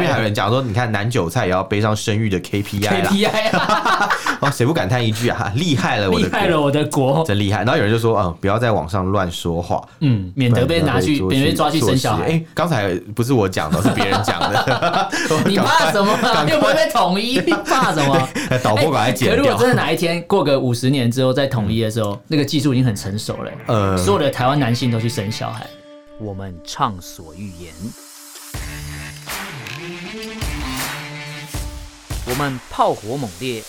人讲说，你看男韭菜也要背上生育的 KPI 啦， KPI 哦，谁不感叹一句啊？ 厉害了我厉的害国，了 我的国，真厉害。然后有人就说，嗯，不要在网上乱说话，嗯，免得被拿去，免得被抓去生小 孩。哎，刚才不是我讲的，是别人讲 的。你怕什 么啊？又不会被统一，怕什 么？哎导播赶快可剪如果掉嗯真。的哪一天过个五十年之后再统一的时候，那个技术已经很成熟了、呃所有的台湾男性都去生小孩。我们畅所欲言，我们炮火猛烈，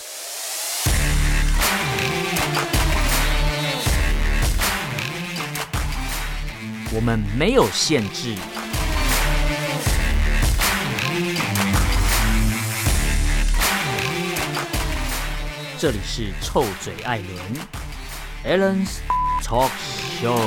我们没有限制。这里是臭嘴艾伦 a l l e n s Talk Show。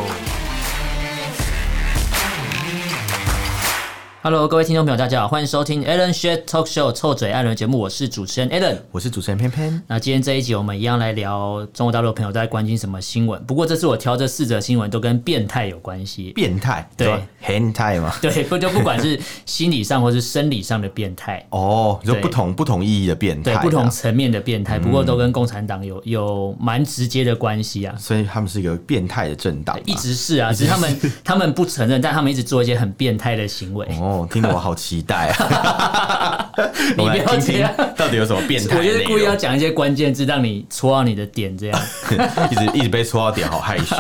Hello，各位听众朋友，大家好，欢迎收听 Alan s h a t Talk Show 臭嘴艾伦节目，我是主持人 Alan。我是主持人偏偏，那今天这一集，我们一样来聊中国大陆的朋友在关心什么新闻。不过这次我挑这四则新闻都跟变态有关系。变态，对，hen 态嘛。对， 不就不管是心理上或是生理上的变态，哦，你说对不同不同意义的变态对啊，不同层面的变态，不过都跟共产党有有蛮直接的关系啊。所以他们是一个变态的政党嘛，一直是啊，只是他们 他们不承认，但他们一直做一些很变态的行为。哦，听得我好期待啊！ 你我不们来要听哦这听样，到底有什么变态我的就内容？是故意要讲一些关键字，让你戳到你的点，这样。一直一直被戳到点，好害羞。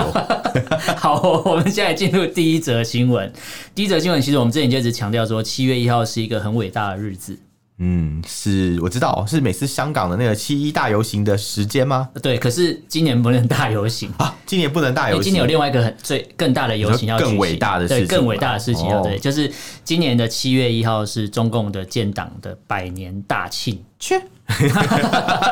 好，我们现在进入第一则新闻。第一则新闻，其实我们之前就一直强调说，七月一号是一个很伟大的日子。嗯，是我知道，是每次香港的那个七一大游行的时间吗？对，可是今年不能大游行，啊，今年不能大因游行，为哎今年有另外一个很最更大的游行要你说更举行伟大的事情对，更吗伟大的事情要哦对，就是今年的七月一号是中共的建党的百年大庆。去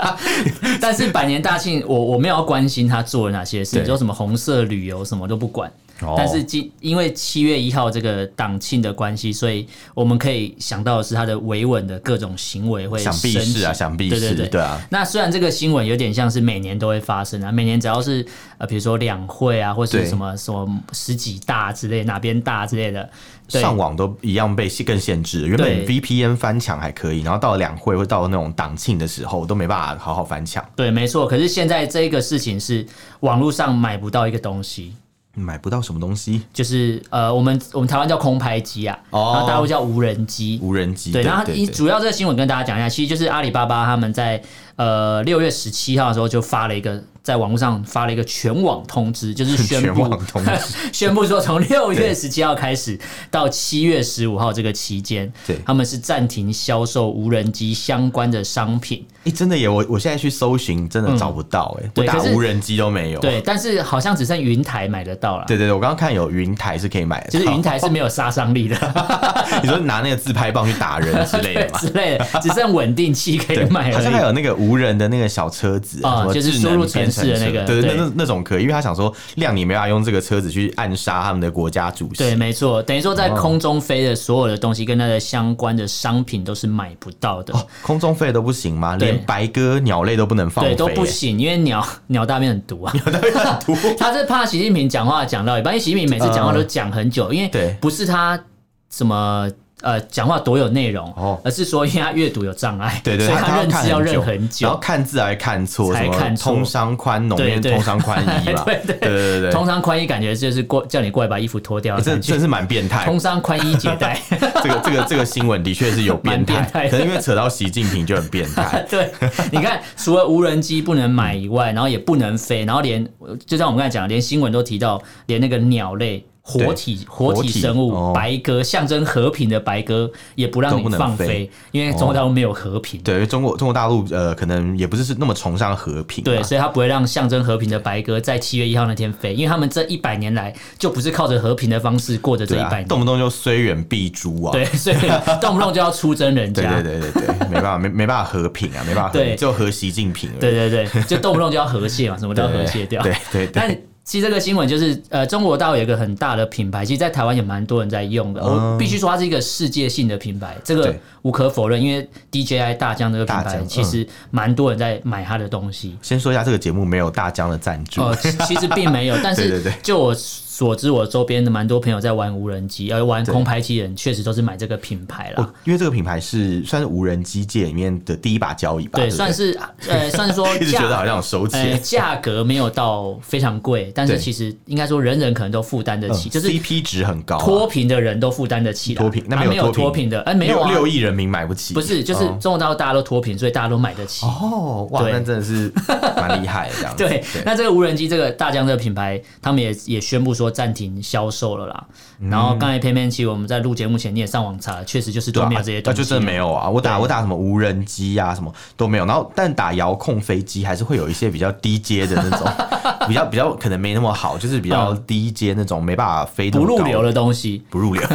但是百年大庆，我我没有要关心他做了哪些事，对就什么红色旅游什么都不管。哦但是今因为七月一号这个党庆的关系，所以我们可以想到的是他的维稳的各种行为会想必升级是啊，想必对对是，对。对啊，那虽然这个新闻有点像是每年都会发生啊，每年只要是呃，比如说两会啊，或是对什么什么十几大之类，哪边大之类的，对上网都一样被更限制。原本对 VPN 翻墙还可以，然后到了两会或到那种党庆的时候，都没办法好好翻墙，对，没错。可是现在这个事情是网络上买不到一个东西，买不到什么东西，就是呃，我们我们台湾叫空拍机啊，哦然后大陆叫无人机。无人机。对，然后它对一对主要这个新闻跟大家讲一下，其实就是阿里巴巴他们在呃六月十七号的时候就发了一个在网络上发了一个全网通 知，就是宣全布网通 知宣布说从六月对十七号开始到七月十五号这个期间，对他们是暂停销售无人机相关的商品。哎、真的耶！我我现在去搜寻，真的找不到哎、我嗯对打可是无人机都没有。对，但是好像只剩云台买得到了，哦对对对我刚刚看有云台是可以买的，其实云台是没有杀伤力的。 你说拿那个自拍棒去打人之类的 嘛？之类的，只剩稳定器可以对，买而好像还已。有那个无人的那个小车子啊什么就是智输能入城市的那个编程车对对那那那种可以，因为他想说，谅你没办法用这个车子去暗杀他们的国家主席。对，没错，等于说在哦空中飞的所有的东西跟它的相关的商品都是买不到的，哦，空中飞都不行吗？连对白鸽、鸟类都不能放飞、对，都不行，因为鸟 鸟大便很毒啊。很毒 他是怕习近平讲话讲到一半，因为习近平每次讲话嗯都讲很久，因对为不是他什么。呃，讲话多有内容，哦而是说因为他阅读有障碍，对对，所以他认看知要认很很然后久。看字还看错，才什看么错通商宽农，对变对通商宽衣嘛， 对对对对对，通常宽衣感觉就是过叫你过来把衣服脱掉欸的这感真觉，是蛮变态的。通常宽衣解带。这个这个这个新闻的确是有变态蛮变，态的。可能因为扯到习近平就很变态 对，你看，除了无人机不能买以外，然后也不能飞，然后连就像我们刚才讲的，连新闻都提到，连那个鸟类。活体活活体体生物、哦白鸽，象征和平的白鸽也不让都你不能放飞哦飞，因为中国大陆没有和平，对，因为中国中国大陆呃，可能也不是是那么崇尚和平啊嘛，对，所以他不会让象征和平的白鸽在七月一号那天飞，因为他们这一百年来就不是靠着和平的方式过着这对一啊百，年，动不动就虽远必诛啊。对，所以动不动就要出征人对家，对对对对，没办法，没没办法和平啊，没办法和对平，就和习近平而已。对对对，就动不动就要和谐嘛，什么都要和谐掉，对对对，但其实这个新闻就是，呃，中国大陆有一个很大的品牌，其实，在台湾也蛮多人在用的。我嗯必须说，它是一个世界性的品牌，这个对无可否认。因为 DJI 大疆这个品大牌，疆嗯其实蛮多人在买它的东西。哦先说一下这个节目没有大疆的赞助 呃，，其其实并没有，但对是对对就我所知，我周边的蛮多朋友在玩无人机，而呃玩空拍机的人确实都是啊买这个品牌啦我。哦因为这个品牌是算是无人机界里面的第一把交椅吧，对对，不对，算是呃，算是说一直价觉得好像有收呃钱，价格没有到非常贵，但是对其实应该说人人可能都负担得嗯起，就是 CP 值很高啊，脱贫的人都负担得起啦。脱贫那啊没有没有脱贫脱贫的，哎，没有啊，六六亿人民买不起，不是，就是嗯中国大陆大家都脱贫，所以大家都买得起。哦，哇，对那真的是蛮厉害的这样子， 对，那这个无人机，这个大疆这个品牌，他们也也宣布说暂停销售了啦。嗯然后刚才偏偏其实我们在录节目前你也上网查，确实就是对都啊，没有这些东啊西，就真的没有啊！我打对我打什么无人机啊，什么都没有。然后但打遥控飞机还是会有一些比较低阶的那种，比较比较可能没那么好，就是比较低阶那种没办法飞那嗯不么高入流的东西。不入流，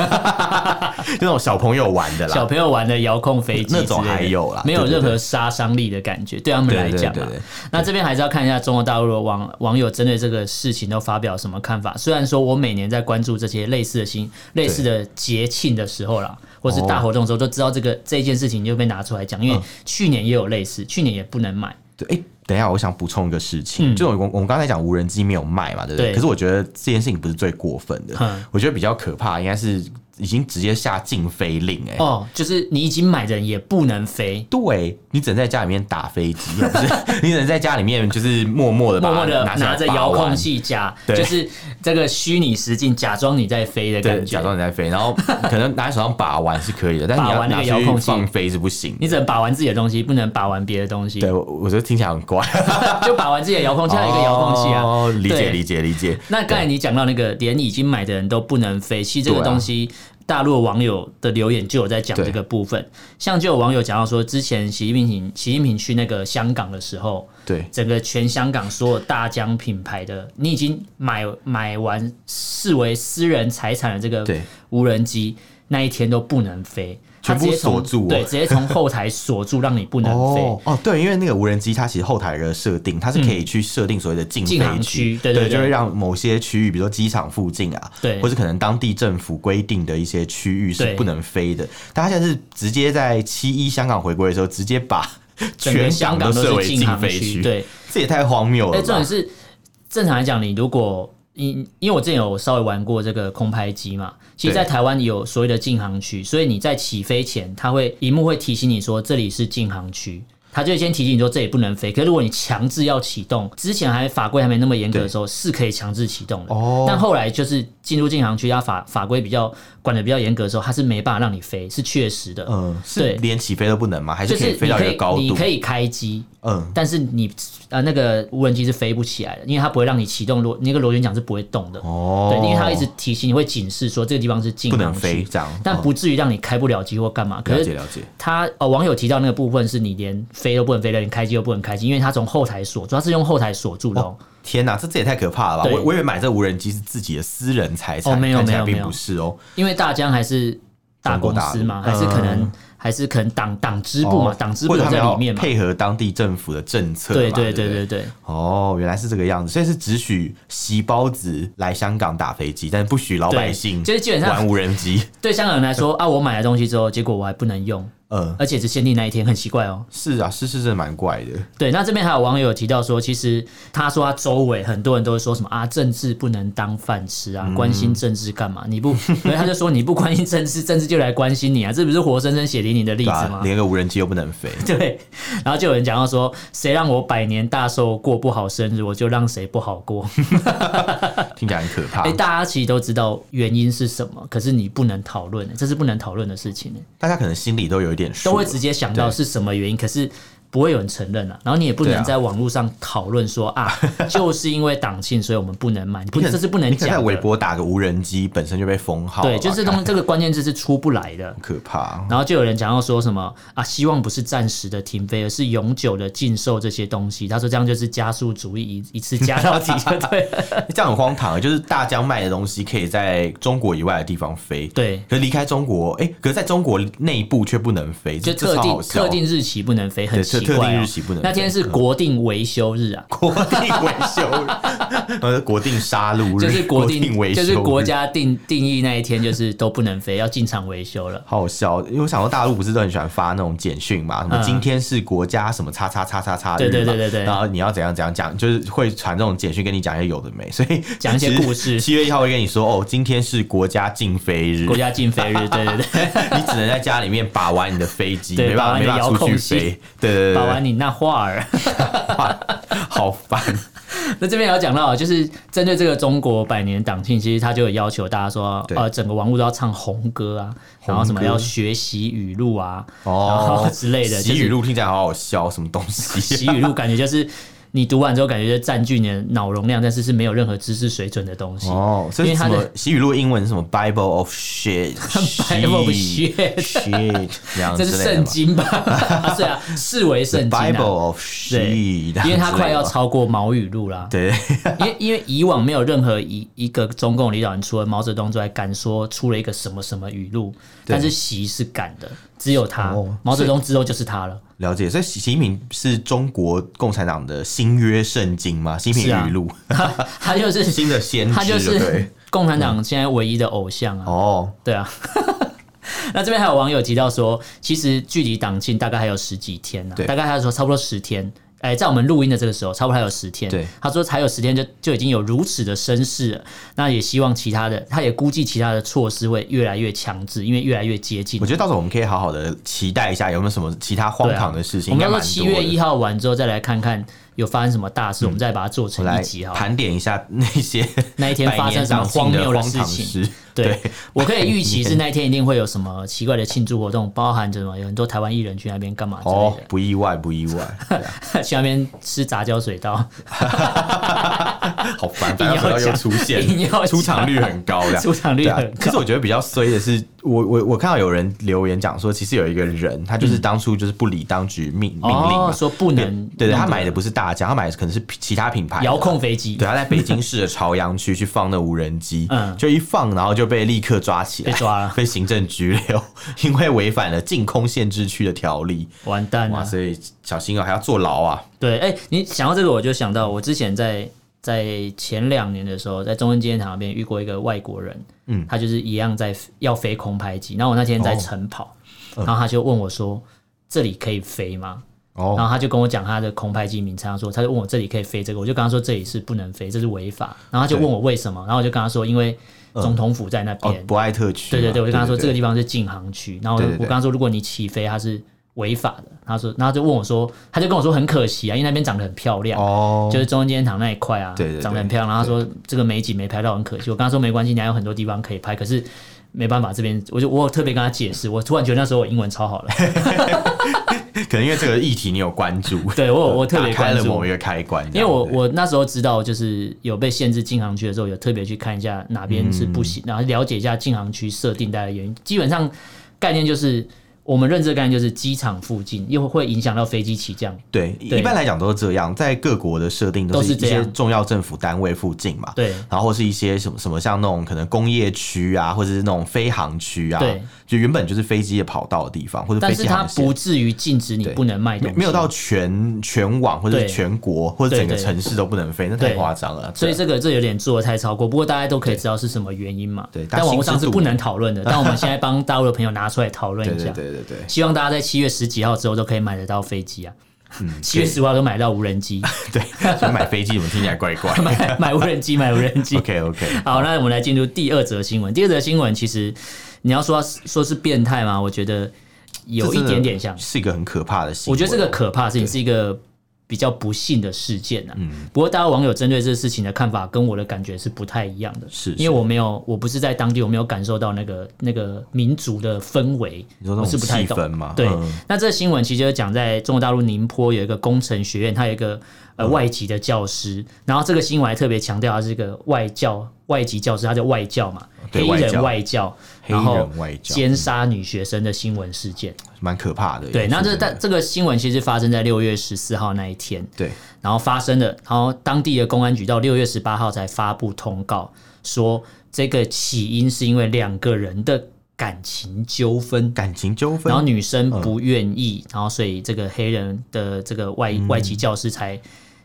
就那种小朋友玩的小啦。朋友玩的遥控飞机那种之类的还有啦没有对对任对何杀伤力的感觉，对他们对来对讲对啊对。对，那这边还是要看一下中国大陆的网网友针对这个事情都发表什么看法。虽然说我每年在关注这些类似的新类似的节庆的时候啦，或是大活动的时候，都知道这个这件事情就被拿出来讲，嗯因为去年也有类似，去年也不能买。对，哎、等一下，我想补充一个事情，嗯就我我我们刚才讲无人机没有卖嘛，对不对？对可是我觉得这件事情不是最过分的，嗯我觉得比较可怕应该是已经直接下禁飞令、哎、哦，就是你已经买的人也不能飞，对你只能在家里面打飞机， 不是？你只能在家里面就是默默的默默的拿着遥控器，器假，对就是这个虚拟实境，假装你在飞的对，感假觉。装你在飞，然后可能拿在手上把玩是可以的，但是你 把要玩那拿个遥控去器放飞是不行。你只能把玩自己的东西，不能把玩别的东西。对，我我觉得听起来很怪， 就把玩自己的遥控器，它有一个遥控器啊。哦，理解对理解理解。那刚才你讲到那个连已经买的人都不能飞，其实这个对啊东西。大陆网友的留言就有在讲对这个部分，像就有网友讲到说，之前习近平习近平去那个香港的时候，对整个全香港所有大疆品牌的，你已经买买完视为私人财产的这个对无人机，那一天都不能飞，全部它直接从锁住哦对，直接从后台锁住，让你不能飞。 哦哦，对，因为那个无人机它其实后台有个设定，它是可以去设定所谓的禁禁飞航区，区对对对就会让某些区域，比如说机场附近啊，对或是可能当地政府规定的一些区域是对不能飞的。但它现在是直接在七一香港回归的时候，直接把 整个全香都港设都为是禁航飞区，，对。这也太荒谬了哎、重点吧。是，正常来讲，你如果你因为我之前有稍微玩过这个空拍机嘛，其实，对在台湾有所谓的禁航区，所以你在起飞前，它会荧幕会提醒你说这里是禁航区。它就会先提醒你说这里不能飞，可是如果你强制要启动，之前还法规还没那么严格的时候是可以强制启动的，哦但后来就是进入禁航区，它法法规比较管的比较严格的时候，它是没办法让你飞，是确实的，嗯，是对连起飞都不能吗？还就是可以是飞你到可一个以高你度？可以开机，嗯，但是你呃那个无人机是飞不起来的，因为它不会让你启动螺那个螺旋桨是不会动的。哦，对，因为它一直提醒你会警示说这个地方是禁不能航区飞，这样，但嗯不至于让你开不了机或干嘛。可了解是了解。它呃网友提到那个部分是你连飞都不能飞，连开机都不能开机，因为它从后台锁住，它是用后台锁住的、哦。天哪，这这也太可怕了吧！对我我以为买这无人机是自己的私人财产，哦没有看起来没有并没有不是哦。因为大疆还是大公司嘛，中国大还是陆可能、嗯还是可能党党支部嘛，哦党、支部或者有他们在要里面嘛。配合当地政府的政策嘛。对对对不对对对，哦，原来是这个样子，所以是只许席包子来香港打飞机，但不许老百姓就是基本上玩无人机。对香港人来说啊，我买了东西之后，结果我还不能用，嗯，而且只限定那一天，很奇怪哦。是啊，是是，真的蛮怪的。对，那这边还有网友有提到说，其实他说他周围很多人都会说什么啊，政治不能当饭吃啊，关心政治干嘛？你不， 所以他就说你不关心政治，政治就来关心你啊，这不是活生生血淋淋的例对子啊吗，？连个无人机又不能飞。对，然后就有人讲到说，谁让我百年大寿过不好生日，我就让谁不好过。听起来很可怕。哎、大家其实都知道原因是什么，可是你不能讨论，这是不能讨论的事情，大家可能心里都有一点数了，都会直接想到对是什么原因，可是不会有人承认了、然后你也不对啊能在网络上讨论说啊 就是因为党庆，所以我们不能买，你不你可能这是不能你可能在讲微的。博打个无人机，本身就被封号了吧。对，就是这东看嗯西这个关键字是出不来的。可怕。啊然后就有人讲到说什么啊，希望不是暂时的停飞，而是永久的禁售这些东西。他说这样就是加速主义一一次加到底，就对 了 这样很荒唐，啊就是大疆卖的东西可以在中国以外的地方飞，对。可是离开中国，哎、可是在中国内部却不能飞，就这这特超定好笑特定日期不能飞，对很奇对奇特怪定哦日期不能那天飞嗯是国定维修日啊，国定维修日， 呃，国定杀戮日，就是国国定维修就日，是国家定定义那一天，就是都不能飞，要进场维修了。好笑，因为我想说大陆不是都很喜欢发那种简讯嘛，什么嗯今天是国家什么叉叉叉叉叉日嘛对对对对对然后你要怎样怎样讲，就是会传这种简讯跟你讲一些有的没，所以讲一些故事七月一号会跟你说哦，今天是国家禁飞日，国家禁飞日，对对对， 你只能在家里面把玩你的飞机，对没办法把玩你没的办法遥出控去器飞，对对对把玩对你那画儿。对， 好烦，那这边也要讲到，啊就是针对这个中国百年党庆，其实他就有要求大家说，对呃，整个网络都要唱红歌啊，然后什么红歌要学习语录啊，然哦后之类的，就习语是录听起来好好笑，什么东西 习？语录，感觉就是你读完之后，感觉就占据你的脑容量，但是是没有任何知识水准的东西。哦，所因以为什它的么习语录英文是什么 Bible of shit Bible of shit shit 这样这之类是的嘛圣经吧？ 啊，对啊，视为圣经、啊。 Bible of shit，这对样之类的嘛因为它快要超过毛语录啦。 对，因为因为以往没有任何一一个中共领导人，除了毛泽东之外，敢说出了一个什么什么语录，对但是习是敢的，只有他哦。毛泽东之后就是他了， 了解。所以习习近平是中国共产党的新约圣经吗？新品是啊语 录，他他就是新的先知，他 就对嗯是共产党现在唯一的偶像啊。哦，对啊。 那这边还有网友提到说，其实距离党庆大概还有十几天呢、对大概还有说差不多十天。哎、在我们录音的这个时候，差不多还有十天。对，他说还有十天就就已经有如此的声势了。那也希望其他的，他也估计其他的措施会越来越强制，因为越来越接近我。觉得到时候我们可以好好的期待一下，有没有什么其他荒对啊唐的事情？我们应到该时蛮候七多月的嗯一号完之后再来看看有发生什么大事，我们再把它做成来一集哈。盘点一下那些 那一天发生什么荒谬的事情。对，我可以预 期是那一天一定会有什么奇怪的庆祝活动，包含着什么有很多台湾艺人去那边干嘛之哦类，不意外，不意 外，对啊的，去那边吃杂交水稻， 好烦，硬反要正回到又讲出现硬要，讲出场率很高的，出场率对啊很高可是我觉得比较衰的是，我我我看到有人留言讲说，其实有一个人，他就是当初就是不理当局命命令嗯哦嘛，说不能对对，弄他的买的不是大疆，他买的可能是其他品牌的遥控飞机对，他在北京市的朝阳区去放那无人机，嗯就一放，然后就被立刻抓起来，被抓了被行政拘留，因为违反了净空限制区的条例。完蛋哇，了。所以小心哦、还要坐牢啊！对，哎、你想到这个，我就想到我之前在在前两年的时候，在中央纪念堂那边遇过一个外国人，嗯，哦他就是一样在要飞空拍机，然后我那天在晨跑，然后他就问我说：“这里可以飞吗？”然哦，后他就跟我讲他的空拍机名称，他说他就问我这里可以飞这个，我就跟他说这里是不能飞，这是违法。然后他就问我为什么，然后我就跟他说因为总统府在那哦边，，不爱特区嘛，对对啊对，我就跟他说这个对地方是禁航区，然后我对对就我对跟他说如果你起飞它是违法的，他说，然后他就问我说，他就跟我说很可惜啊，因为那边长得很漂亮。哦， 就是中间堂那一块啊，对对对长得很漂亮。然后他说这个美景没拍到很可惜，我跟他说没关系，你还有很多地方可以拍，可是没办法，这边我就我有特别跟他解释，我突然觉得那时候我英文 超好了，可能因为这个议题你有关注，对 我有我特别打开了关注某一个开关，这因为样我对我那时候知道，就是有被限制禁航区的时候，有特别去看一下哪边是不嗯行，然后了解一下禁航区设定大概的原因。基本上概念就是我们认知的概念就是机场附近，又会影响到飞机起降。对，对一般来讲都是这样，在各国的设定都都是是一这些样重要政府单位附近嘛，对然后或是一些什么什么像那种可能工业区啊，或者是那种飞航区啊，对，就原本就是飞机的跑道的地方，或者但飞是机它航线不。至于禁止你对不能卖东没西，没有到全全网或者是对全国或者整个对对城市都不能飞，那对太夸张了。所以对这个这有点做的太超过，不过大家都可以知道是什么原因嘛。对大家但网络心上知是肚不明能讨论的，但我们现在帮大陆的朋友拿出来讨论对一 对下。对对对，希望大家在七月十几号之后都可以买得到飞机啊，嗯 七月十五号都买到无人机， 对所以买飞机怎么听起来怪怪 买买无人机，买无 人机。 ？OK OK，好，那我们来进入第二则新闻。第二则新闻其实你要说说是变态吗？我觉得有一点点像。是一个很可怕的行为。我觉得这个可怕的事情是一个比较不幸的事件啊。嗯不过大家网友针对这事情的看法跟我的感觉是不太一样的，是因为我没有，我不是在当地，我没有感受到那个那个民族的氛围，你说那我是种不太气懂氛。嘛，对嗯，那这个新闻其实就是讲在中国大陆宁波有一个工程学院，它有一个呃嗯外籍的教师，然后这个新闻还特别强调他是一个外教外籍教师，他叫外教嘛，哦对黑外人教嗯外教，黑然后人外交奸杀女学生的新闻事件。蛮可怕的。对，那是这真但的这个新闻其实发生在六月十四号那一天，对然后发生的，然后当地的公安局到六月十八号才发布通告，说这个起因是因为两个人的感情纠纷。感情纠纷，然后女生嗯不愿意，然后所以这个黑人的这个嗯外、外籍教师才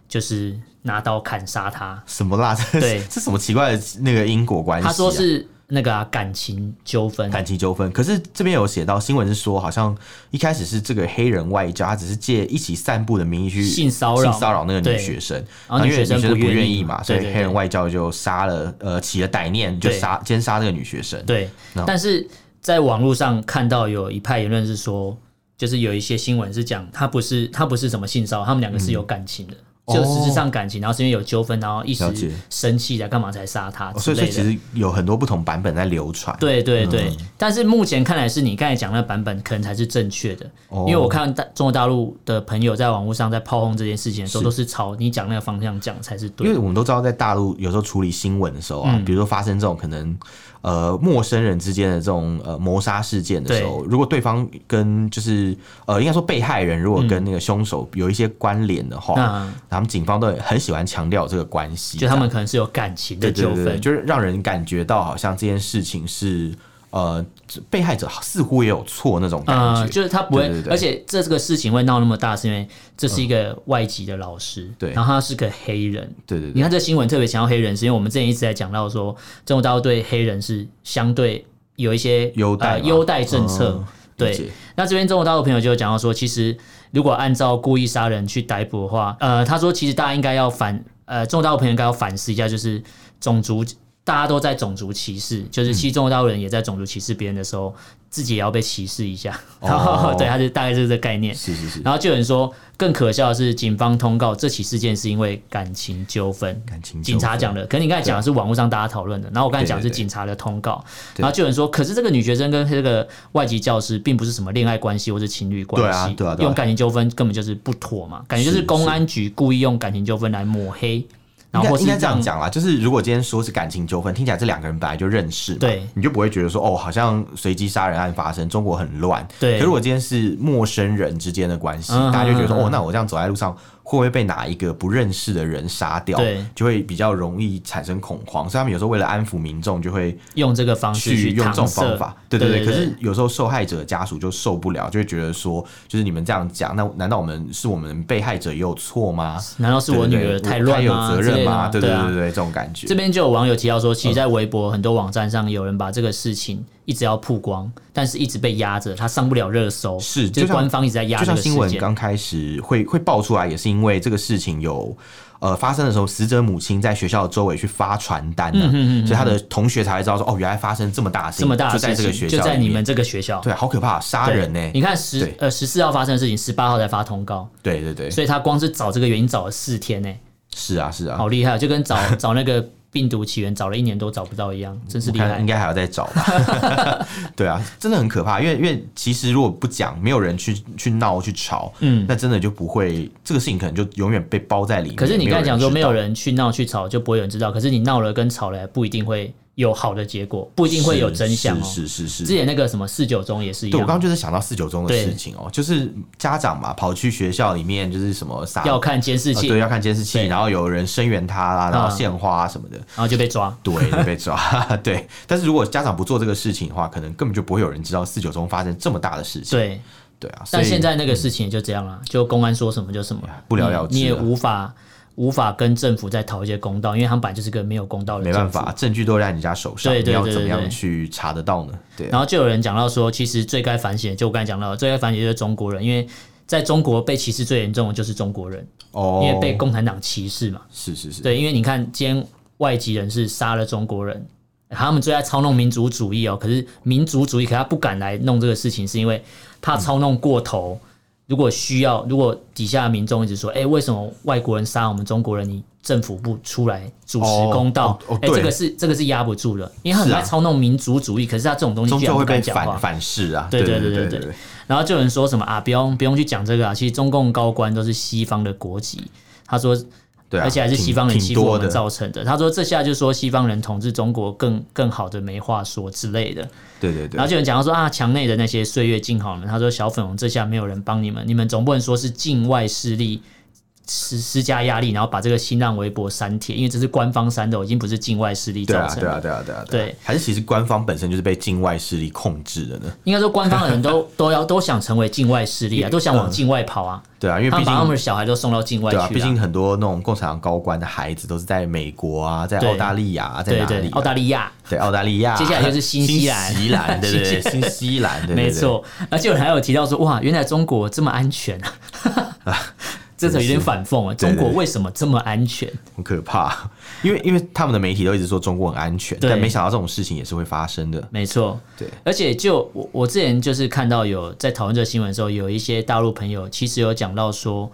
就是拿刀砍杀他。什么啦？ 这对这什么奇怪的那个因果关系啊、他说是那个、啊、感情纠纷，感情纠纷，可是这边有写到新闻是说，好像一开始是这个黑人外教，他只是借一起散步的名义去性骚扰性骚扰那个女对学生，然后因女为女学生学不生不愿愿意意嘛嘛，所以对对黑人对外教就杀了，呃，起了歹念，就对杀奸杀这个女学生。对那，但是在网络上看到有一派言论是说，就是有一些新闻是讲他不是他不是什么性骚扰，他们两个是有感情的，就实质上感情，然后是因为有纠纷，然后一了时解生气啊来干嘛才杀他哦所以，之所类以其的。实有很多不同版本在流传。，对对对，嗯但是目前看来是你刚才讲那个版本可能才是正确的，哦因为我看大中国大陆的朋友在网络上在炮轰这件事情的时候，是都是朝你讲那个方向讲才是因对为的。我们都知道，在大陆有时候处理新闻的时候啊，嗯比如说发生这种可能呃陌生人之间的这种呃谋杀事件的时候，如果对方跟就是呃应该说被害人如果跟那个凶手有一些关联的话，那他们警方都很喜欢强调这个关系，嗯就他们可能是有感情这的样对纠对对对，纷，就是让人感觉到好像这件事情是呃被害者似乎也有错那种感觉。嗯，就是他不会，对对对而且这这个事情会闹那么大，是因为这是一个外籍的老师，对然后他是个黑人。对对你对，看这新闻特别强调黑人，是因为我们之前一直在讲到说，中国大陆对黑人是相对有一些优待呃嘛优待政策。嗯对理解那这边中国大陆朋友就有讲到说，其实如果按照故意杀人去逮捕的话，呃，他说其实大家应该要反，呃，中国大陆朋友应该要反思一下，就是种族大家都在种族歧视，就是其实嗯中国大陆人也在种族歧视别人的时候，自己也要被歧视一下。哦然后 对，他就大概就是这个概念。是是是，然后就有人说，更可笑的是，警方通告这起事件是因为感情纠纷。感情纠警察纷讲的，可你刚才讲的是网络上大家讨论的，然后我刚才讲的是对对对警察的通告，对然后就有人说，可是这个女学生跟这个外籍教师并不是什么恋爱关系或是情侣关对啊系，对啊对啊用感情纠纷根本就是不妥嘛，感觉就是是公安局故意用感情纠纷来抹黑，然后应或该是应该这样让讲啦，就是如果今天说是感情纠纷，听起来这两个人本来就认识嘛，对你就不会觉得说哦，好像随机杀人案发生，中国很乱。对可如果今天是陌生人之间的关系，嗯大家就觉得说嗯嗯哦，那我这样走在路上会不会被哪一个不认识的人杀掉？对就会比较容易产生恐慌。所以他们有时候为了安抚民众，就会用这个方式去用搪这种方塞法。对对对。可是有时候受害者家属就受不了，就会觉得说，就是你们这样讲，那难道我们是我们被害者也有错吗？难道是我女对对对儿太我乱有吗责之类任的吗？吗对对对啊对嗯对，这种感觉这。边就有网友提到说，其实，在微博很多网站上，有人把这个事情一直要曝光，但是一直被压着，他上不了热搜，是就就是像官方一直在压就这像个事新闻件。刚开始会会爆出来，也是因为这个事情有呃发生的时候，死者母亲在学校周围去发传单、嗯啊，所以他的同学才会知道说，哦，原来发生这么大的事情，这么大的就在事这个情学就校，在你们，这个学校，对，好可怕，杀人呢、你看十对呃十四号发生的事情，十八号才发通告，对对对，所以他光是找这个原因找了四天呢、是啊是啊，好厉害哦，就跟找 找那个病毒起源找了一年都找不到一样，真是我厉看嗯害应。该还要再找吧。 对啊，真的很可怕，因为因为其实如果不讲，没有人去去闹去吵，嗯，那真的就不会这个事情可能就永远被包在里面。可是你刚才讲说没人知道有人去闹去吵，就不会有人知道。可是你闹了跟吵了，不一定会有好的结果，不一定会有真相哦。是是是之是。前那个什么四九中也是一对，我刚样刚，就是想到四九中的对事情哦、就是家长嘛，跑去学校里面就是什么撒要看监视呃器，对，然要看监视器，对然后有人声援他啦，然后嗯献花啊什么的，后就被抓。对，就被抓。 对，但是如果家长不做这个事情的话，可能根本就不会有人知道四九中发生这么大的事情。对，对啊，所以但现在那个事情也就这样了，就公安说什么就什么，不了了之嗯你你也了无法无法跟政府再讨一些公道，因为他们本来就是个没有公道的没政府。办法，证据都在你家手上，对对你要对怎么对样对去查得到呢？对啊，然后就有人讲到说，其实最该反省的，就我刚才讲到的，最该反省就是中国人，因为在中国被歧视最严重的就是中国人，哦，因为被共产党歧视嘛。是是是，对，因为你看，今天外籍人士杀了中国人，他们最爱操弄民族主义哦。可是民族主义，可他不敢来弄这个事情，是因为怕操弄过头。如果需要，如果底下的民众一直说，哎、为什么外国人杀我们中国人？你政府不出来主持哦公道哦哦，哎、对这个是这个是压不住的，因为他很是啊爱操弄民族主义，可是他这种东西终居究然不会被敢讲话反。反噬啊。对对对对对对对然后就有人说什么啊，不用不用去讲这个啊，其实中共高官都是西方的国籍。他说，对啊，而且还是西方人挺欺挺负我多们的，造成的。他说这下就说西方人统治中国更更好的没话说之类的。对对然对后。就有人讲到说啊，墙内的那些岁月静好们，他说小粉红这下没有人帮你们，你们总不能说是境外势力。施施加压力，然后把这个新浪微博删帖，因为这是官方删的，已经不是境外势力对造啊，成对的。啊，对啊，对啊，啊对，还是其实官方本身就是被境外势力控制的呢？应该说官方的人 都都要都想成为境外势力啊，都想往境外跑啊。对嗯啊，因为他毕们把他们的竟小孩都送到境外对去啊，毕了竟很多那种共产党高官的孩子都是在美国啊，在对澳大利亚啊，在对哪对里，啊？澳大利亚。对澳大利亚，啊接下来就是新西兰新西 兰，对对对，新新西兰，对对对没，错，而且我还有提到说，哇，原来中国这么安全啊！ 这时候有点反讽啊，真是中国为什么这么安全？很可怕。因为因为他们的媒体都一直说中国很安全，对但没想到这种事情也是会发生的。没错，对，而且就我我之前就是看到有在讨论这个新闻的时候，有一些大陆朋友其实有讲到说，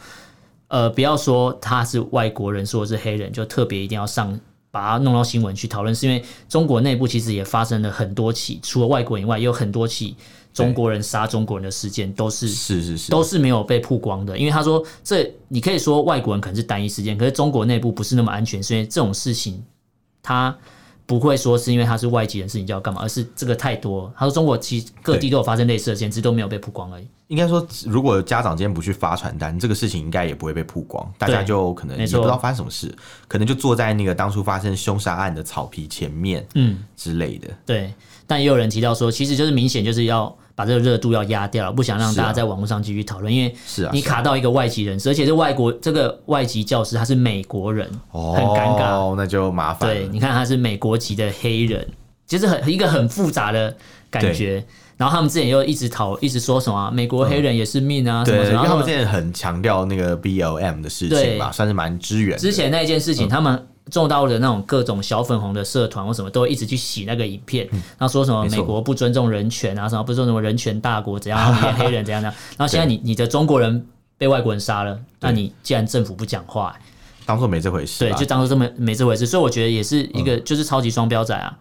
呃，不要说他是外国人，说是黑人，就特别一定要上把它弄到新闻去讨论，是因为中国内部其实也发生了很多起，除了外国以外，也有很多起中国人杀中国人的事件，都是是是是，都是没有被曝光的，因为他说这你可以说外国人可能是单一事件，可是中国内部不是那么安全，所以这种事情他不会说是因为他是外籍人士你就要干嘛，而是这个太多。他说中国其实各地都有发生类似的事件，只是都没有被曝光而已。应该说，如果家长今天不去发传单，这个事情应该也不会被曝光，大家就可能也没不错知道发生什么事，可能就坐在那个当初发生凶杀案的草皮前面，嗯，之类的。对。但也有人提到说，其实就是明显就是要把这个热度要压掉了，不想让是啊大家在网络上继续讨论，因为是啊，你是啊卡到一个外籍人士，而且是外国这个外籍教师他是美国人，哦，很尴尬。，那就麻烦对，了。你看他是美国籍的黑人，其实很一个很复杂的感觉。然后他们之前又一直讨，一直说什么啊、美国黑人也是命啊，什么对，什因么。为然他后们之前很强调那个 BLM 的事对情吧，算是蛮支援的。之前那一件嗯事情，他们中到的那种各种小粉红的社团或什么，都会一直去洗那个影片，然后说什么嗯没错美国不尊重人权啊，什么不尊重人权大国怎样，然后黑人怎样怎样。然后现在你你的中国人被外国人杀了，那你既然政府不讲话、当做没这回事啊对，吧，嗯就当做这么没这回事。所以我觉得也是一个就是超级双标仔啊。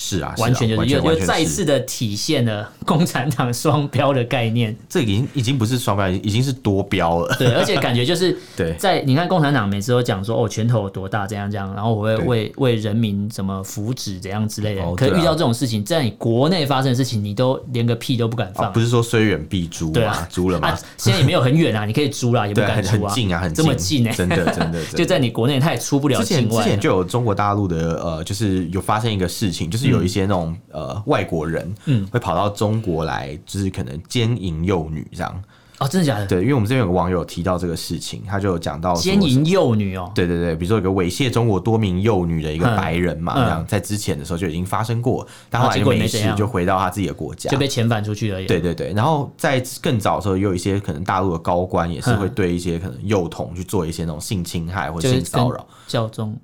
是啊，是啊完全就是又完又全再是次的体现了共产党双标的概 念。这已经已经不是双标，已经是多标 了。对，而且感觉就是对在你看共产党每次都讲说哦拳头有多大怎样怎样，然后我会对为为人民什么福祉怎样之类的。哦可是对啊遇到这种事情，在你国内发生的事情，你都连个屁都不敢放啊，。不是说虽远必诛对嘛啊，，诛了嘛啊，，现在也没有很远啊，你可以租啦，也不对啊，敢很租很啊，近啊，很这么近哎、 真的真的真的就在你国内，他也出不了之前境之外啊前。就有中国大陆的呃，就是有发生一个事情，就是有一些那种、呃外国人，嗯，会跑到中国来，就是可能奸淫幼女这样。哦，真的假的？对，因为我们这边有个网友提到这个事情，他就有讲到说奸淫幼女哦，对对对，比如说有个猥亵中国多名幼女的一个嗯白人嘛，嗯这样在之前的时候就已经发生过，但然后后来结就果也没没怎事样，就回到他自己的国家就。被遣返出去而已。啊啊对对对，然后在更早的时候，也有一些可能大陆的高官也是嗯会对一些可能幼童去做一些那种性侵害或就者是性跟骚扰，教宗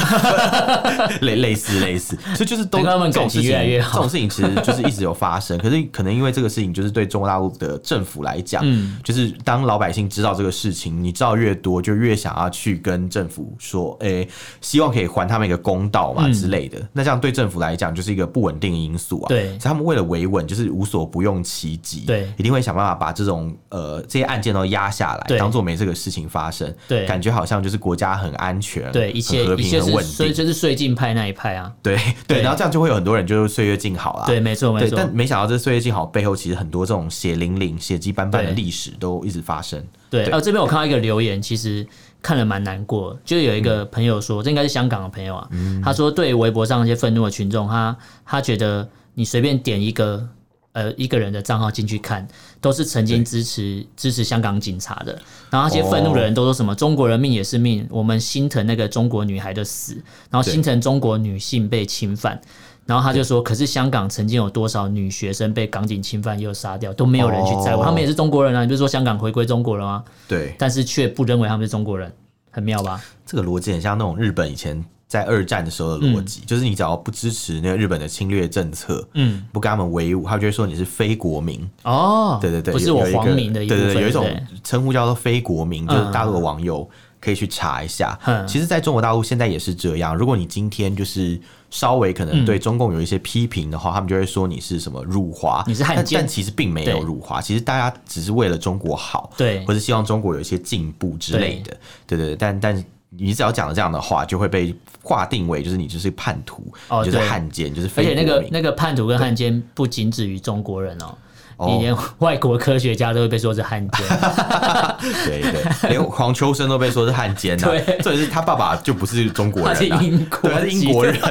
类类似类似，所以就是都对他们这种感情事情越来越好这种事情其实就是一直有发生，可是可能因为这个事情就是对中国大陆的政府来讲，嗯就是当老百姓知道这个事情，你知道越多，就越想要去跟政府说，诶、希望可以还他们一个公道嘛嗯之类的。那这样对政府来讲就是一个不稳定因素啊。对所以他们为了维稳，就是无所不用其极，对一定会想办法把这种呃这些案件都压下来，对当做没这个事情发生。对感觉好像就是国家很安全，对，一切很和一平切很是稳所以定。就是绥靖派那一派啊。 对对对，然后这样就会有很多人就是岁月静好啦。对，没错没啊对，错。但没想到这岁月静好背后，其实很多这种血淋淋、血迹斑斑的历史都一直发生。对，对还有这边我看到一个留言，其实看了蛮难过的，就有一嗯个朋友说，这应该是香港的朋友啊，他说对微博上一些愤怒的群众，他他觉得你随便点一个。呃，一个人的账号进去看，都是曾经支持支持香港警察的。然后那些愤怒哦的人都说什么“中国人命也是命”，我们心疼那个中国女孩的死，然后对心疼中国女性被侵犯。然后他就说：“可是香港曾经有多少女学生被港警侵犯又杀掉，都没有人去在乎，哦他们也是中国人啊！你不是说香港回归中国了吗？对，但是却不认为他们是中国人，很妙吧？这个逻辑很像那种日本以前在二战的时候的逻辑，就是你只要不支持那个日本的侵略政策，嗯，不跟他们为伍，他们就会说你是非国民。哦，对对对，不是有我有一个皇民的一部对分，对对，有一种对不对称呼叫做非国民，就嗯是大陆的网友可以去查一下。嗯其实，在中国大陆现在也是这样。如果你今天就是稍微可嗯能对中共有一些批评的话，他们就会说你是什么辱华，你是汉但奸但其实并没对有辱华，其实大家只是为了中国好，对或者希望中国有一些进步之类的。对对对，但但。你只要讲了这样的话，就会被划定为就是你就是叛徒，哦你就是对汉奸，你就是而非且那国个民。那个叛徒跟汉奸不仅止于中国人哦。你连外国科学家都会被说是汉 奸。啊 对对，连黄秋生都被说是汉奸呐、对这也是他爸爸就不是中国人、啊，他是英国对，他是英国人籍，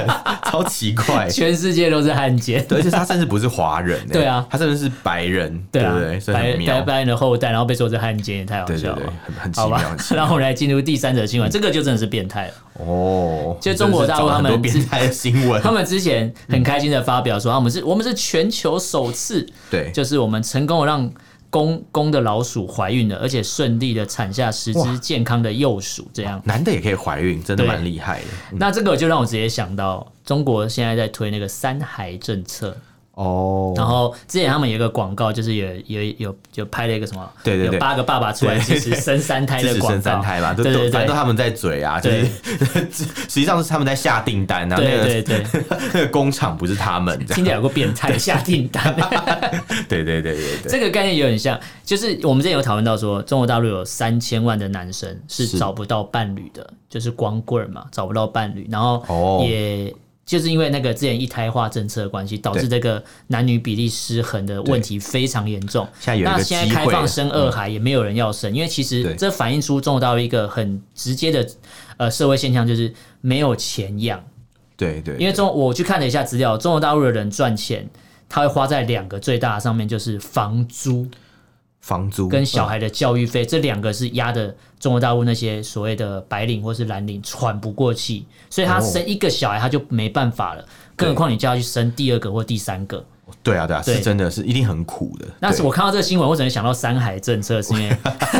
超奇怪。全世界都是汉奸。对，而且他甚至不是华人、欸，对啊他甚至是白人，对啊不对？，所以白很妙白白人的后代，然后被说是汉奸，也太好对对笑对了，很很奇好妙，吧很，奇妙嗯然后我们来进入第三则新闻，这个就真的是变态了。哦。就中国大陆他们真的是找了很多变态的新闻，他们之前很开心的发表嗯说，啊我们是我们是全球首次，对，就是我们成功地让公公的老鼠怀孕了，而且顺利的产下十哇只健康的幼鼠，这样。男的也可以怀孕，真的对蛮厉害的。那这个就让我直接想到，中国现在在推那个三孩政策，哦，然后之前他们有一个广告，就是有有有有拍了一个什么，对对对有八个爸爸出来支持生三 胎支的持广告，生三胎嘛，就对都对反正都对。他们在嘴啊，就是实际上是他们在下订单，然后那对对个对， 那个工厂不是他们这样，听起来有个变态下订单，对对对对对，这个概念有点像，就是我们之前有讨论到说，中国大陆有三千万的男生是是找不到伴侣的，就是光棍儿嘛，找不到伴侣，然后哦也就是因为那个之前一胎化政策的关系，导致这个男女比例失衡的问题非常严重。现在有一个那现在机开会嗯放了生二孩也没有人要生，因为其实对这反映出中国大陆一个很直接的呃社会现象，就是没有钱养。对对，因为中我去看了一下资料，中国大陆的人赚钱，他会花在两个最大的上面，就是房租房租跟小嗯孩的教育费，这两个是压的中国大陆那些所谓的白领或是蓝领喘不过气，所以他哦生一个小孩他就没办法了，更何况你就要去生第二个或第三个。对啊对啊，对是真的是一定很苦的。那是对我看到这个新闻，我只能想到三孩政策，是因为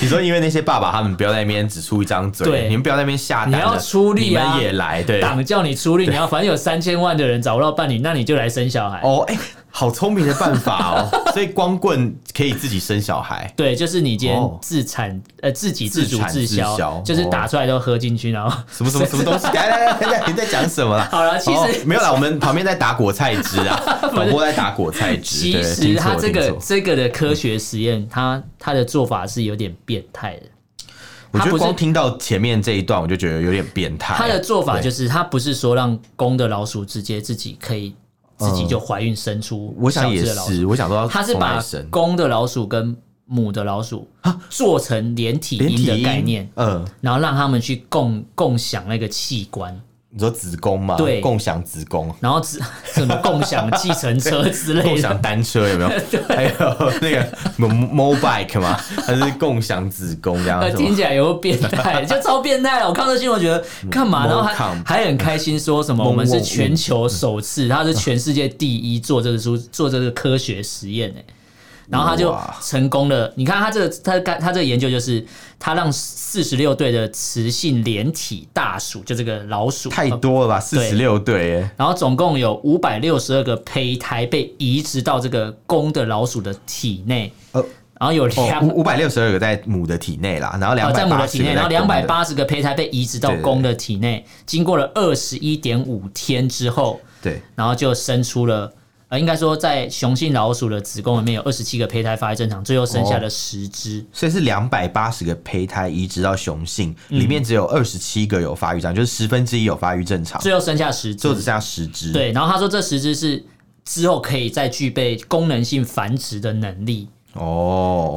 你说，因为那些爸爸他们不要在那边只出一张对嘴，你们不要在那边下单了，你要出力啊你们也来 对。党叫你出力，你要反正有三千万的人找不到伴侣，那你就来生小孩。哦，哎、好聪明的办法哦！ 所以光棍可以自己生小孩，对，就是你今天哦自产、呃自己自自主产自销，自销哦就是打出来都喝进去，然后什么什么什么 东西？来来来来，你在讲什么啦？好了，其哦实、没有啦，我们旁边在打果菜汁啊， 广播在打果菜汁。其对实它这听错个听错这个的科学实验，它它的做法是有点变态的。我觉它不得是光听到前面这一段，我就觉得有点变态。它的做法对就是，它不是说让公的老鼠直接自己可以自己就怀孕生出嗯我小想也只的老鼠，是，我想说要它是从哪里把生公的老鼠跟母的老鼠做成连体啊连婴体的婴概念，嗯，然后让他们去共共享那个器官。你说子宫嘛，对共享子宫。然后只 什么共享计程车之类共的，享单车有没有？ 还有那个 mo bike 嘛，还是共享子宫这样呃，啊什么听起来有 变态，就超变态了。我看到这新闻觉得干嘛，嗯然后还 Mocom 还很开心说什么嗯我们是全球首次，他是全世界第一做这个出做这个科学实验哎、然后他就哇成功了。你看他这个他干他这个研究就是他让四十六对的雌性连体大鼠，就这个老鼠太多了吧？四哦对十六对耶，然后总共有五百六十二个胚胎被移植到这个公的老鼠的体内，呃然后有哦，两、五五百六十二个在母的体内啦，然后两呃百在母八的十体个内，然后在两公百的八十个胚胎被移植到对对公的体内，经过了二十一点五天之后，对，然后就生出了。呃，应该说，在雄性老鼠的子宫里面有二十七个胚胎发育正常，最后生下了十只。所以是两百八十个胚胎移植到雄性，嗯里面只有二十七个有发育正常，就是十分之一有发育正常，最后生下十只最后哦只剩。下十只。，对，然后他说这十只是之后可以再具备功能性繁殖的能力。我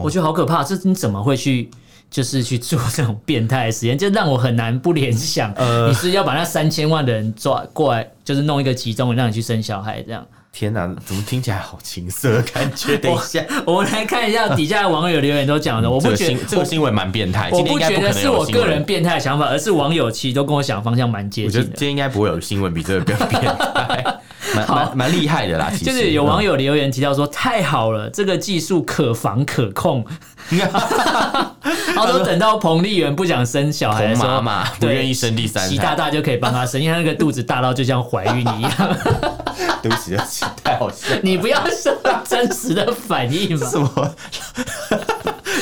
哦，觉得好可怕，这你怎么会去就是去做这种变态的实验？就让我很难不联想，呃你是要把那三千万的人抓过来，就是弄一个集中营，让你去生小孩这样。天哪，怎么听起来好情色的感 觉？等一下，我们来看一下底下网友留言都讲的，我这不个觉新得这个新闻蛮变态，我今天应不该觉得可能是有我新个闻人变态的想法，而是网友其实都跟我想的方向蛮接我觉得近的。今天应该不会有新闻比这个更变态， 蛮蛮蛮厉害的啦。其实就是有 网友，友留言提到说，太好了，这个技术可防可控。他 说等到彭丽媛不想生小孩的彭时妈候，妈不 对愿意生第三习大胎，大就可以帮他生，因为他那个肚子大到就像怀孕一 样。对不起，对不起，太好笑了，你不要说真实的反 应嘛，什么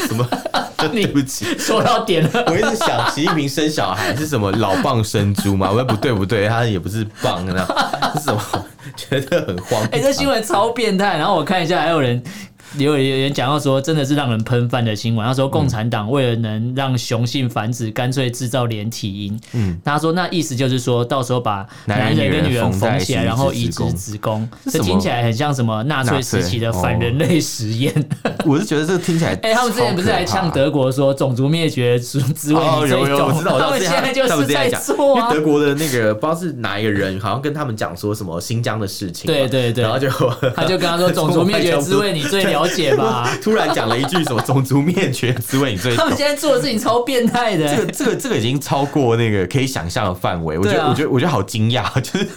什么， 对不起。说到点了。我一直想习近平生小孩是什么老蚌生珠嘛？我说不对不对，他也不是蚌 呢，是什么？觉得很荒哎、这新唐。 闻超变态。然后我看一下，还有人有有人讲到说，真的是让人喷饭的新闻。他嗯说，共产党为了能让雄性繁殖，干脆制造连体婴。嗯，他说那意思就是说到时候把男男人人跟女女人人缝在缝起一来，起然后移移植植子宫子宫。这这什么哦听起来很像什么纳粹时期的反人类实验。我是觉得这听起来， 哎、他们之前不是还呛德国说种族灭绝之之为哦，你有最有，懂？我知道，我知道他们之现前在就他们是之前在讲做因啊为。德国的那个不知道是哪一个人，好像跟他们讲说什么新疆的事情吧，对对对然后 就他就跟他说：“种族灭绝之味，你最了解吧 突然讲了一句什么种族灭绝滋味，你？” 最他懂们。现在做的事情超变态的、这个这个这个已经超过那个可以想象的范围，我觉对得、啊我觉得我觉得好惊讶，啊 就是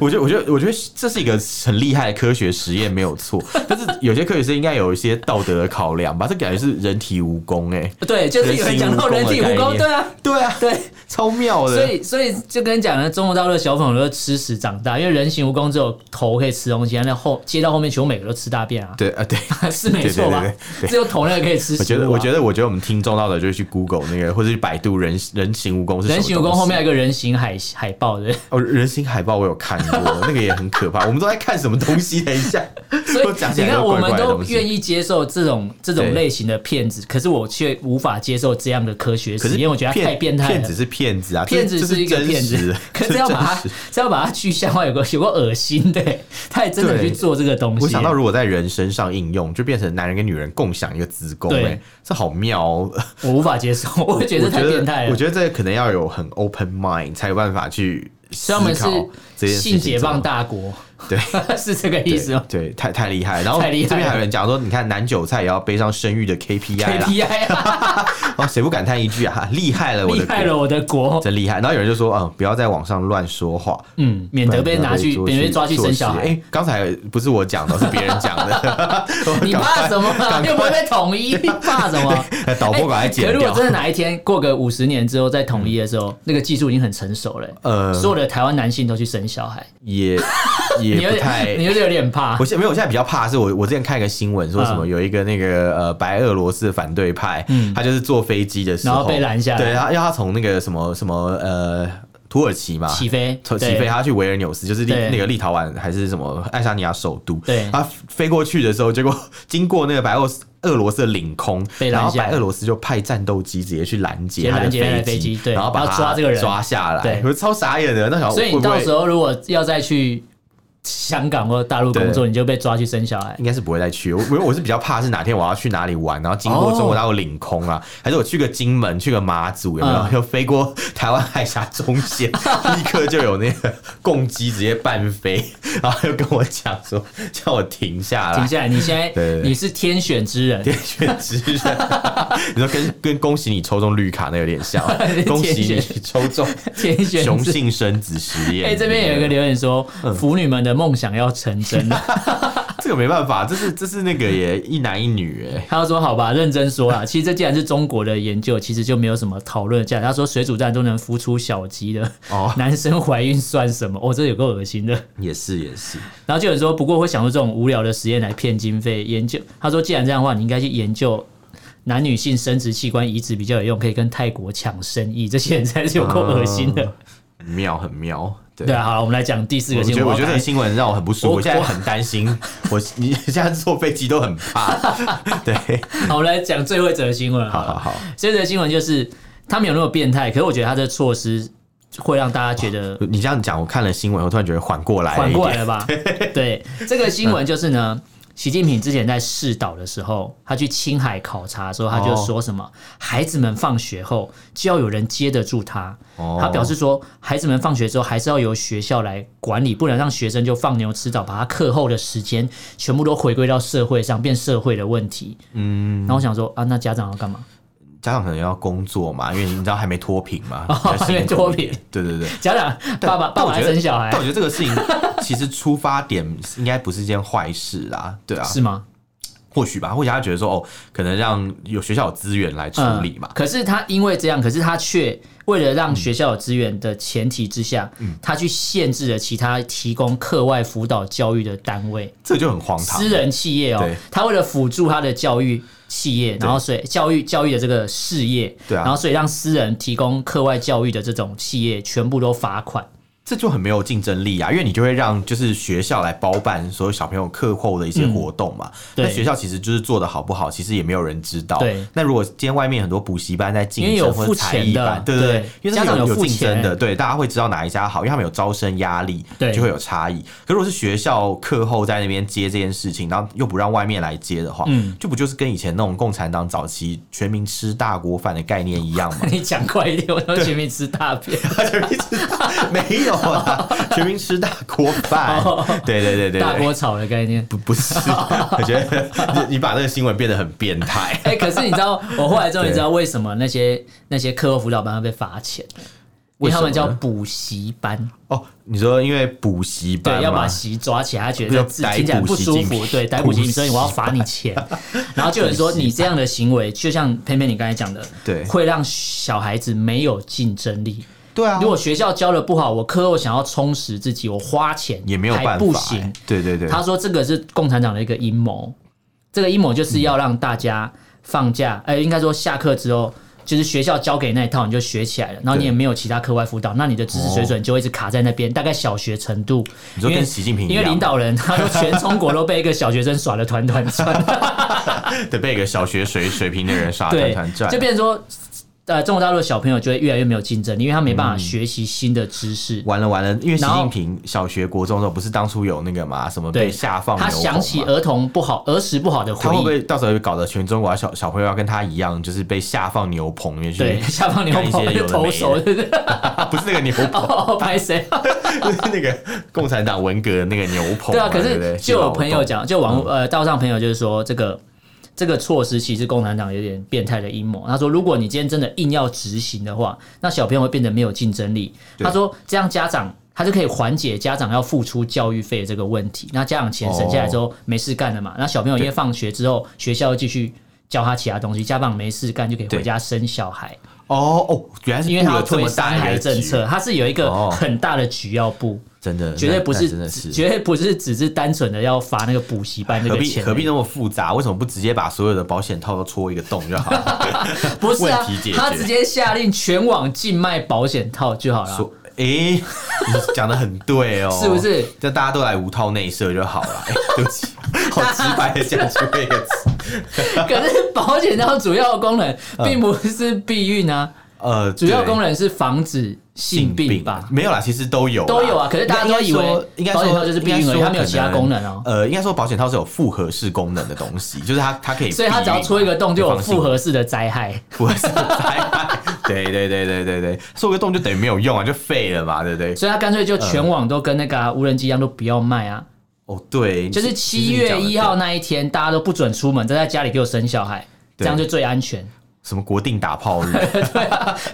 我觉得我觉得我觉得这是一个很厉害的科学实验没有错，但是有些科学是应该有一些道德的考量吧，这感觉是人体蜈蚣哎、对，就是有人讲到人体蜈人形蜈蚣蚣，的概念啊对啊，对啊，对，超妙的，所以所以就跟你讲呢，中国大陆的小粉红都是吃屎长大，因为人形蜈蚣只有头可以吃东西，那后街道后面全部每个都吃大便啊， 对啊对。是没错吧对对对？对对只有头那个可以吃我觉食物、得，啊。我觉得，我觉得我们听众到的就是去 Google 那个，或者去百度人人形蜈蚣是什么人形蜈蚣东西后面还有一个人形海海豹的，哦，人形海报我有看 过，那个也很可怕。我们都在看什么东西？等一下，所 以都讲起你来看，我怪们怪的都东西。愿意接受这种这种对类型的骗子，可是我却无法接受这样的科学可是实验，因为我觉得它太变态骗了子。是骗子啊，骗这子这是一个真骗实子 的， 可是要把它这真实是要把它具象化，有个有个恶心的，他也真的对去做这个东西。我想到，如果在人身上应用，就变成男人跟女人共享一个子宫、对哎，这好妙哦！我无法接受，我觉得太变态我了。觉得这可能要有很 open mind 才有办法去思所以他们考这件是事情。性解放大国，对 是这个意对思哦吗对，太太厉害了。然后太厉害了这边还有人讲说，你看男韭菜也要背上生育的 KPI 啦， ？KPI 啊哦，谁不感叹一句啊？ 厉害了，我 厉的害国了我的国，真厉害。然后有人就说，嗯，不要在网上乱说话，嗯，免得被拿去，免得被抓去生小孩。哎，刚才不是我讲的，是别人讲 的。你怕什么啊？又不会被统一，你怕什 么？啊哎导播赶快可剪如果掉。嗯真的哪一天过个五十年之后再统一的时候，那个技术已经很成熟了、呃所有的台湾男性都去生小孩，也 你也有不 点，你太。有点有点怕 我。现在没有，我现在比较怕的是我我之前看一个新闻说什么嗯有一个那个呃白俄罗斯反对派，他就是坐飞机的时候然后被拦下来对，他要他从那个什么什么呃土耳其嘛起飞，从对啊起飞，他去维尔纽斯，就是立对那个立陶宛还是什么爱沙尼亚首都。对他飞过去的时候，结果 经过那个白俄俄罗斯的领空，被然拦后下白俄罗斯就派战斗机直接去拦直截接他的拦截他的飞飞机对然后把然后他抓这个人抓下来，对我超傻眼的。那想所以会你不到会时候如果要再去香港或大陆工作，对你就被抓去生小孩。应该是不会再去，我我我是比较怕是哪天我要去哪里玩，然后经过哦中国大陆领空啊，还是我去个金门，去个马祖，有没有？嗯又飞过台湾海峡中 线，立刻就有那个共机直接半飞，然后又跟我讲说叫我停下来停。下来，你现哎 对在对对你是天选之人，天选之人， 你说跟跟恭喜你抽中绿卡那有点像，啊 恭喜天你抽中天选雄之。性嗯生殖实验。哎、这边有一个留言说，腐女们的梦想要成真。啊 这个没办法，这是这是那个耶，一男一女哎，他就说：“好吧，认真说啦，其实这既然是中国的研究，其实就没有什么讨论的价值。”他说：“水煮蛋都能孵出小鸡的，哦 男生怀孕算什么？哦，这有够恶心的。也是也是，”然后就有人说：“不过会想出这种无聊的实验来骗经费研究。”他说：“既然这样的话，你应该去研究。”男女性生殖器官移植比较有用，可以跟泰国抢生意，这些人才是有够恶 心的。很妙很妙，啊对对。啊，好了，我们来讲第四我个新觉得闻。我觉得这个新闻让我很不舒服，我我现在很担心。 我你现在坐飞机都很怕，对，好，我们来讲最后一则新闻。好好了好，好。这则新闻就是他们有那么变态，可是我觉得他的措施会让大家觉得你这样讲，我看了新闻，我突然觉得缓过来了缓一过来点。了吧？ 对，这个新闻就是呢，习近平之前在试岛的时候，他去青海考察的时候，他就说什么、哦孩子们放学后就要有人接得住他。哦他表示说，孩子们放学之后还是要由学校来管理，不能让学生就放牛吃草，把他课后的时间全部都回归到社会上，变社会的问题。嗯，然后我想说啊，那家长要干嘛？家长可能要工作嘛，因为你知道还没脱贫嘛，哦比较辛苦一点还没脱贫。对对对，家长爸爸但爸我觉爸还得生小孩但我觉得这个事情其实出发点应该不是一件坏事啦，对啊，是吗？或许吧，或许他觉得说哦，可能让有学校有资源来处理嘛嗯。。可是他因为这样，可是他却为了让学校有资源的前提之下，嗯他去限制了其他提供课外辅导教育的单位，这就很荒唐。私人企业哦对，他为了辅助他的教育企业，然后所以教育教育的这个事业，对啊然后所以让私人提供课外教育的这种企业全部都罚款。 这就很没有竞争力啊，因为你就会让就是学校来包办所有小朋友课后的一些活动嘛。那、对学校其实就是做的好不好，其实也没有人知道。对那如果今天外面很多补习班在竞因为争有或付者才钱艺的班，对对对对，因为家这个长有有有付竞争钱的，对，大家会知道哪一家好，因为他们有招生压力，对就会有差异。可如果是学校课后在那边接这件事情，然后又不让外面来接的话，嗯就不就是跟以前那种共产党早期全民吃大锅饭的概念一样吗？你讲快一点，我要前面吃大便。全民吃大 没有啦，全民吃大锅饭 哦。对对对对大锅对，炒的概念。不不是，我觉得你把这个新闻变得很变态。哎、可是你 知道，我后来终于对知道为什么那些那些课后辅导班会被罚钱，因为为他什么们叫呢补习班，哦，你说因为补习对，班要把嘛，习抓起来，他觉得就自逮己听起来补不习舒精服，品对，逮捕补精，所以我要习罚你 钱。然后就有人说，你这样的行为，就像偏偏你刚才讲的，对会让小孩子没有竞争力。对啊如，果学校教的不好，我课后想要充实自己，我花钱也没有还办不法行欸。。对对对，他说这个是共产党的一个阴谋，这个阴谋就是要让大家放假，哎、应该说下课之后。就是学校教给你那一套，你就学起来了，然后你对也没有其他课外辅导，那你的知识水准就会一直卡在那边，大概小学程度。你说因为跟习近平一因为样领导人他说全中国都被一个小学生耍的 团团转，得被一个小学水水平的人耍团对团，转就，变成说，呃，中国大陆的小朋友就会越来越没有竞争力，因为他没办法学习新的知识。完了完了，因为习然后近平小学国中的时候不是当初有那个嘛，什么被对，下放他牛想棚起嘛儿童不好、儿时不好的他回会不忆，会到时候搞得全中国小小朋友要跟他一样，就是被下放牛棚里面去 对，下方牛干一些有棚的投没手，的？对不对？啊不是那个牛棚，哦，拍谁？就是 那个共产党文革的那个牛棚嘛。对啊，可不是对就有朋友，讲，就网嗯呃，道上朋友就是说这个。这个措施其实共产党有点变态的阴谋。他说，如果你今天真的硬要执行的话，那小朋友会变得没有竞争力。对他说，这样家长他就可以缓解家长要付出教育费的这个问题。那家长钱省下来之后哦没事干了嘛，那小朋友因为放学之后学校又继续教他其他东西，家长没事干就可以对回家生小孩，哦哦，原来是因为布他要了这推么大三一孩个政局策，，他是有一个哦很大的局要布。真的绝对不那是，那真的是。绝对不是只是单纯的要罚那个补习班那何个必钱，何必那么复杂？为什么不直接把所有的保险套都戳一个洞就好了？ 不是啊问题解？决他直接下令全网禁卖保险套就好了说，诶，你讲的很对哦， 是不是？这大家都来无套内射就好了。哎对不起，好直白的讲出这个词。啊。 可是保险套主要的功能并不是避孕啊，呃，主要嗯对功能是防止性病吧？没有啦，其实都有啦都有啊可是大家都以为应该说保险套就是避孕而已应该说它没有其他可功能哦呃，应该说保险套是有复合式功能的东西，就是它它可以避孕嘛，所以他只要戳一个洞就有复合式的灾害。复合式灾害。 对对对对对对，戳个洞就等于没有用啊，就废了嘛，对不对？所以他干脆嗯就全网都跟那个啊、无人机一样，都不要卖啊！哦，对，就是其实你七月讲得一号对那一天，大家都不准出门，都在家里给我生小孩，对这样就最安全。 啊什么国定打炮日，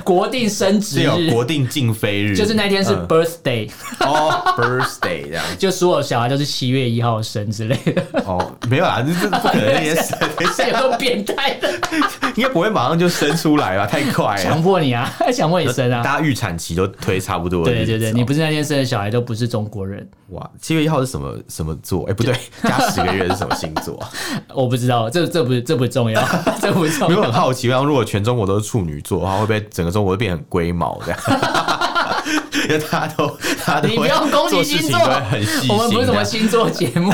国定生殖是有日，啊国定禁飞日，就是那天是嗯 birthday，、 哦 birthday 这样就所有小孩都是七月一号生之类的，哦，没有啦，这这不可能那天 生，有多变态的，哎应该不会马上就生出来吧？太快强了，迫你啊， 强迫你生啊。大家预产期都推差不多的对日子哦。对对，你不是那天生的小孩都不是中国人，哇，七月一号是什么什么座？哎、不对， 加十个月是什么星 座啊？我不知道，这这不这不重要， 这不重因为我要。很好奇，然后如果全中国都是处女座的话，会不会整个中国都变成龟毛这样？ 因为大家都大家都你不会要攻击做事星情座都会很细心，我们不是什么这样星座节目。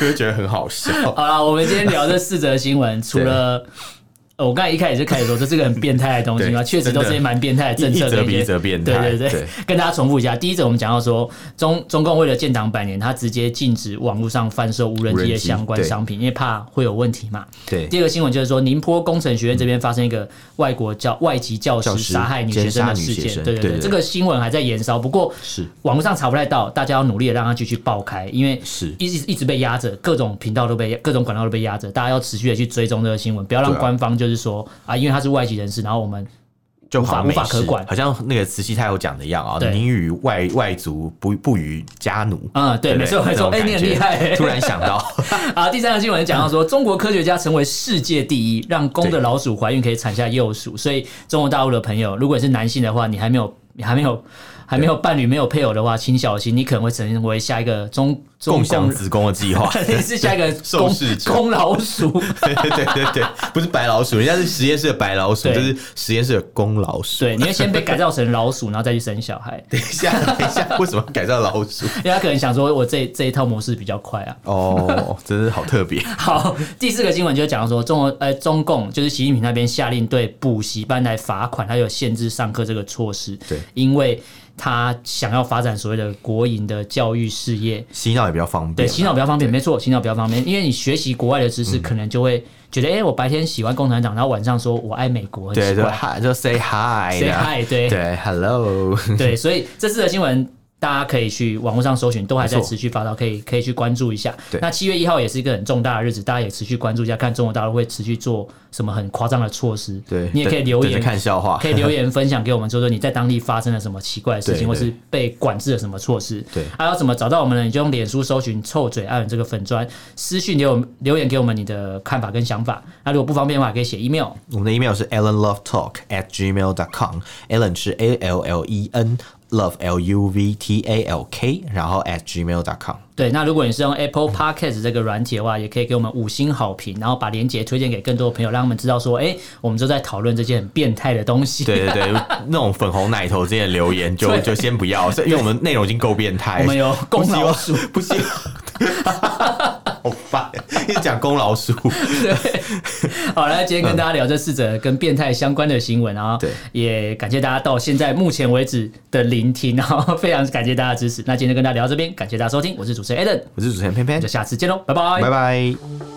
就会觉得很好笑。 好了，我们今天聊这四则新 闻，除了呃我刚才一开始就开始说这是个很变态的东西 嘛，对确实都是真的些蛮变态的政一策一则跟比些一则变态对对对对， 跟大家重复一下，第一则我们讲到说，中中共为了建党百年，他直接禁止网络上贩售无人无人机的机相关对商品，因为怕会有问题嘛。对，第二个新闻就是说，宁波工程学院这边发生一个外国教外籍教教师师杀害女学生的奸杀女事学件，生对对对对对，对这个新闻还在延烧，不过是网络上查不太到，大家要努力的让它继续爆开，因为是一直一直被压着，各种频道都被各种管道都被压着，大家要持续的去追踪这个新闻，不要让对啊官方就是说啊因为他是外籍人士，然后我们就好像无法无法没事可管好像那个慈禧太后讲的一样啊，对宁与外外族不不与家奴。嗯对，不没错没这种错，哎、你感很觉厉害、欸，突 然嗯想到，啊，第三个新闻讲到说，中国科学家成为世界第一，让公的老鼠怀孕可以产下幼鼠。所以中国大陆的朋友，如果你是男性的话，你还没有还没有还没有伴侣、没有配偶的话，请小心，你可能会成为下一个中中共享共 子宫的计划。你是下一个 受公试者公老鼠，对对对对，不是白老鼠，人家是实验室的白老鼠，对这是实验室的公老鼠。 对，你会先被改造成老鼠，然后再去生小孩。等一下，等一下，为什么要改造老鼠？因为他可能想说，我这这一套模式比较快啊。 哦，真是好特别。好，第四个新闻就讲说，中国呃中共就是习近平那边下令对补习班来罚款，还有限制上课这个措施。对因为他想要发展所谓的国营的教育事业，洗脑也比较方对，嗯便。洗脑比较方便，没错，洗脑比较方便，因为你学习国外的知识，可能就会觉得，哎、我白天喜欢共产党，然后晚上说我爱美国，很对奇对怪。嗨，就 say hi， Say 这样 hi，对对，hello， 对，所以这次的新闻。大家可以去网络上搜寻，都还在没错持续发酵，可以可以去关注一下对。那七月一号也是一个很重大的日子，大家也持续关注一下，看中国大陆会持续做什么很夸张的措施。对，你也可以等留等着言，看笑话，可以留 言分享给我们，说说你在当地发生了什么奇怪的事对情，或对是被管制了什么措施。对还、有怎么找到我们呢？你就用脸书搜寻“臭嘴艾伦”这个粉砖，私讯给我们留言给我们你的看法跟想法。那如果不方便的话，可以写 email。我们的 email 是 allenlovetalk at gmail dot com。Allen 是 A L L E N love L U V T A L K，然后 at gmail dot com。对，那如果你是用 Apple Podcast 这个软体的话，也可以给我们五星好评，然后把链接推荐给更多的朋友，让他们知道说，哎，我们就在讨论这些很变态的东西。对对对，那种粉红奶头之类的留言就对就先不要，是因为我们内容已经够变态。我们有不公希老望鼠，不希望。 好烦，一直讲公老鼠。好了，今天跟大家聊这四则跟变态相关的新闻啊，对也感谢大家到现在目前为止的聆听，然后 非常感谢大家的支持。那今天就跟大家聊到这边，感谢大家收听，我是主持人 Allen，我是主持人偏偏就，下次见喽，拜拜拜拜。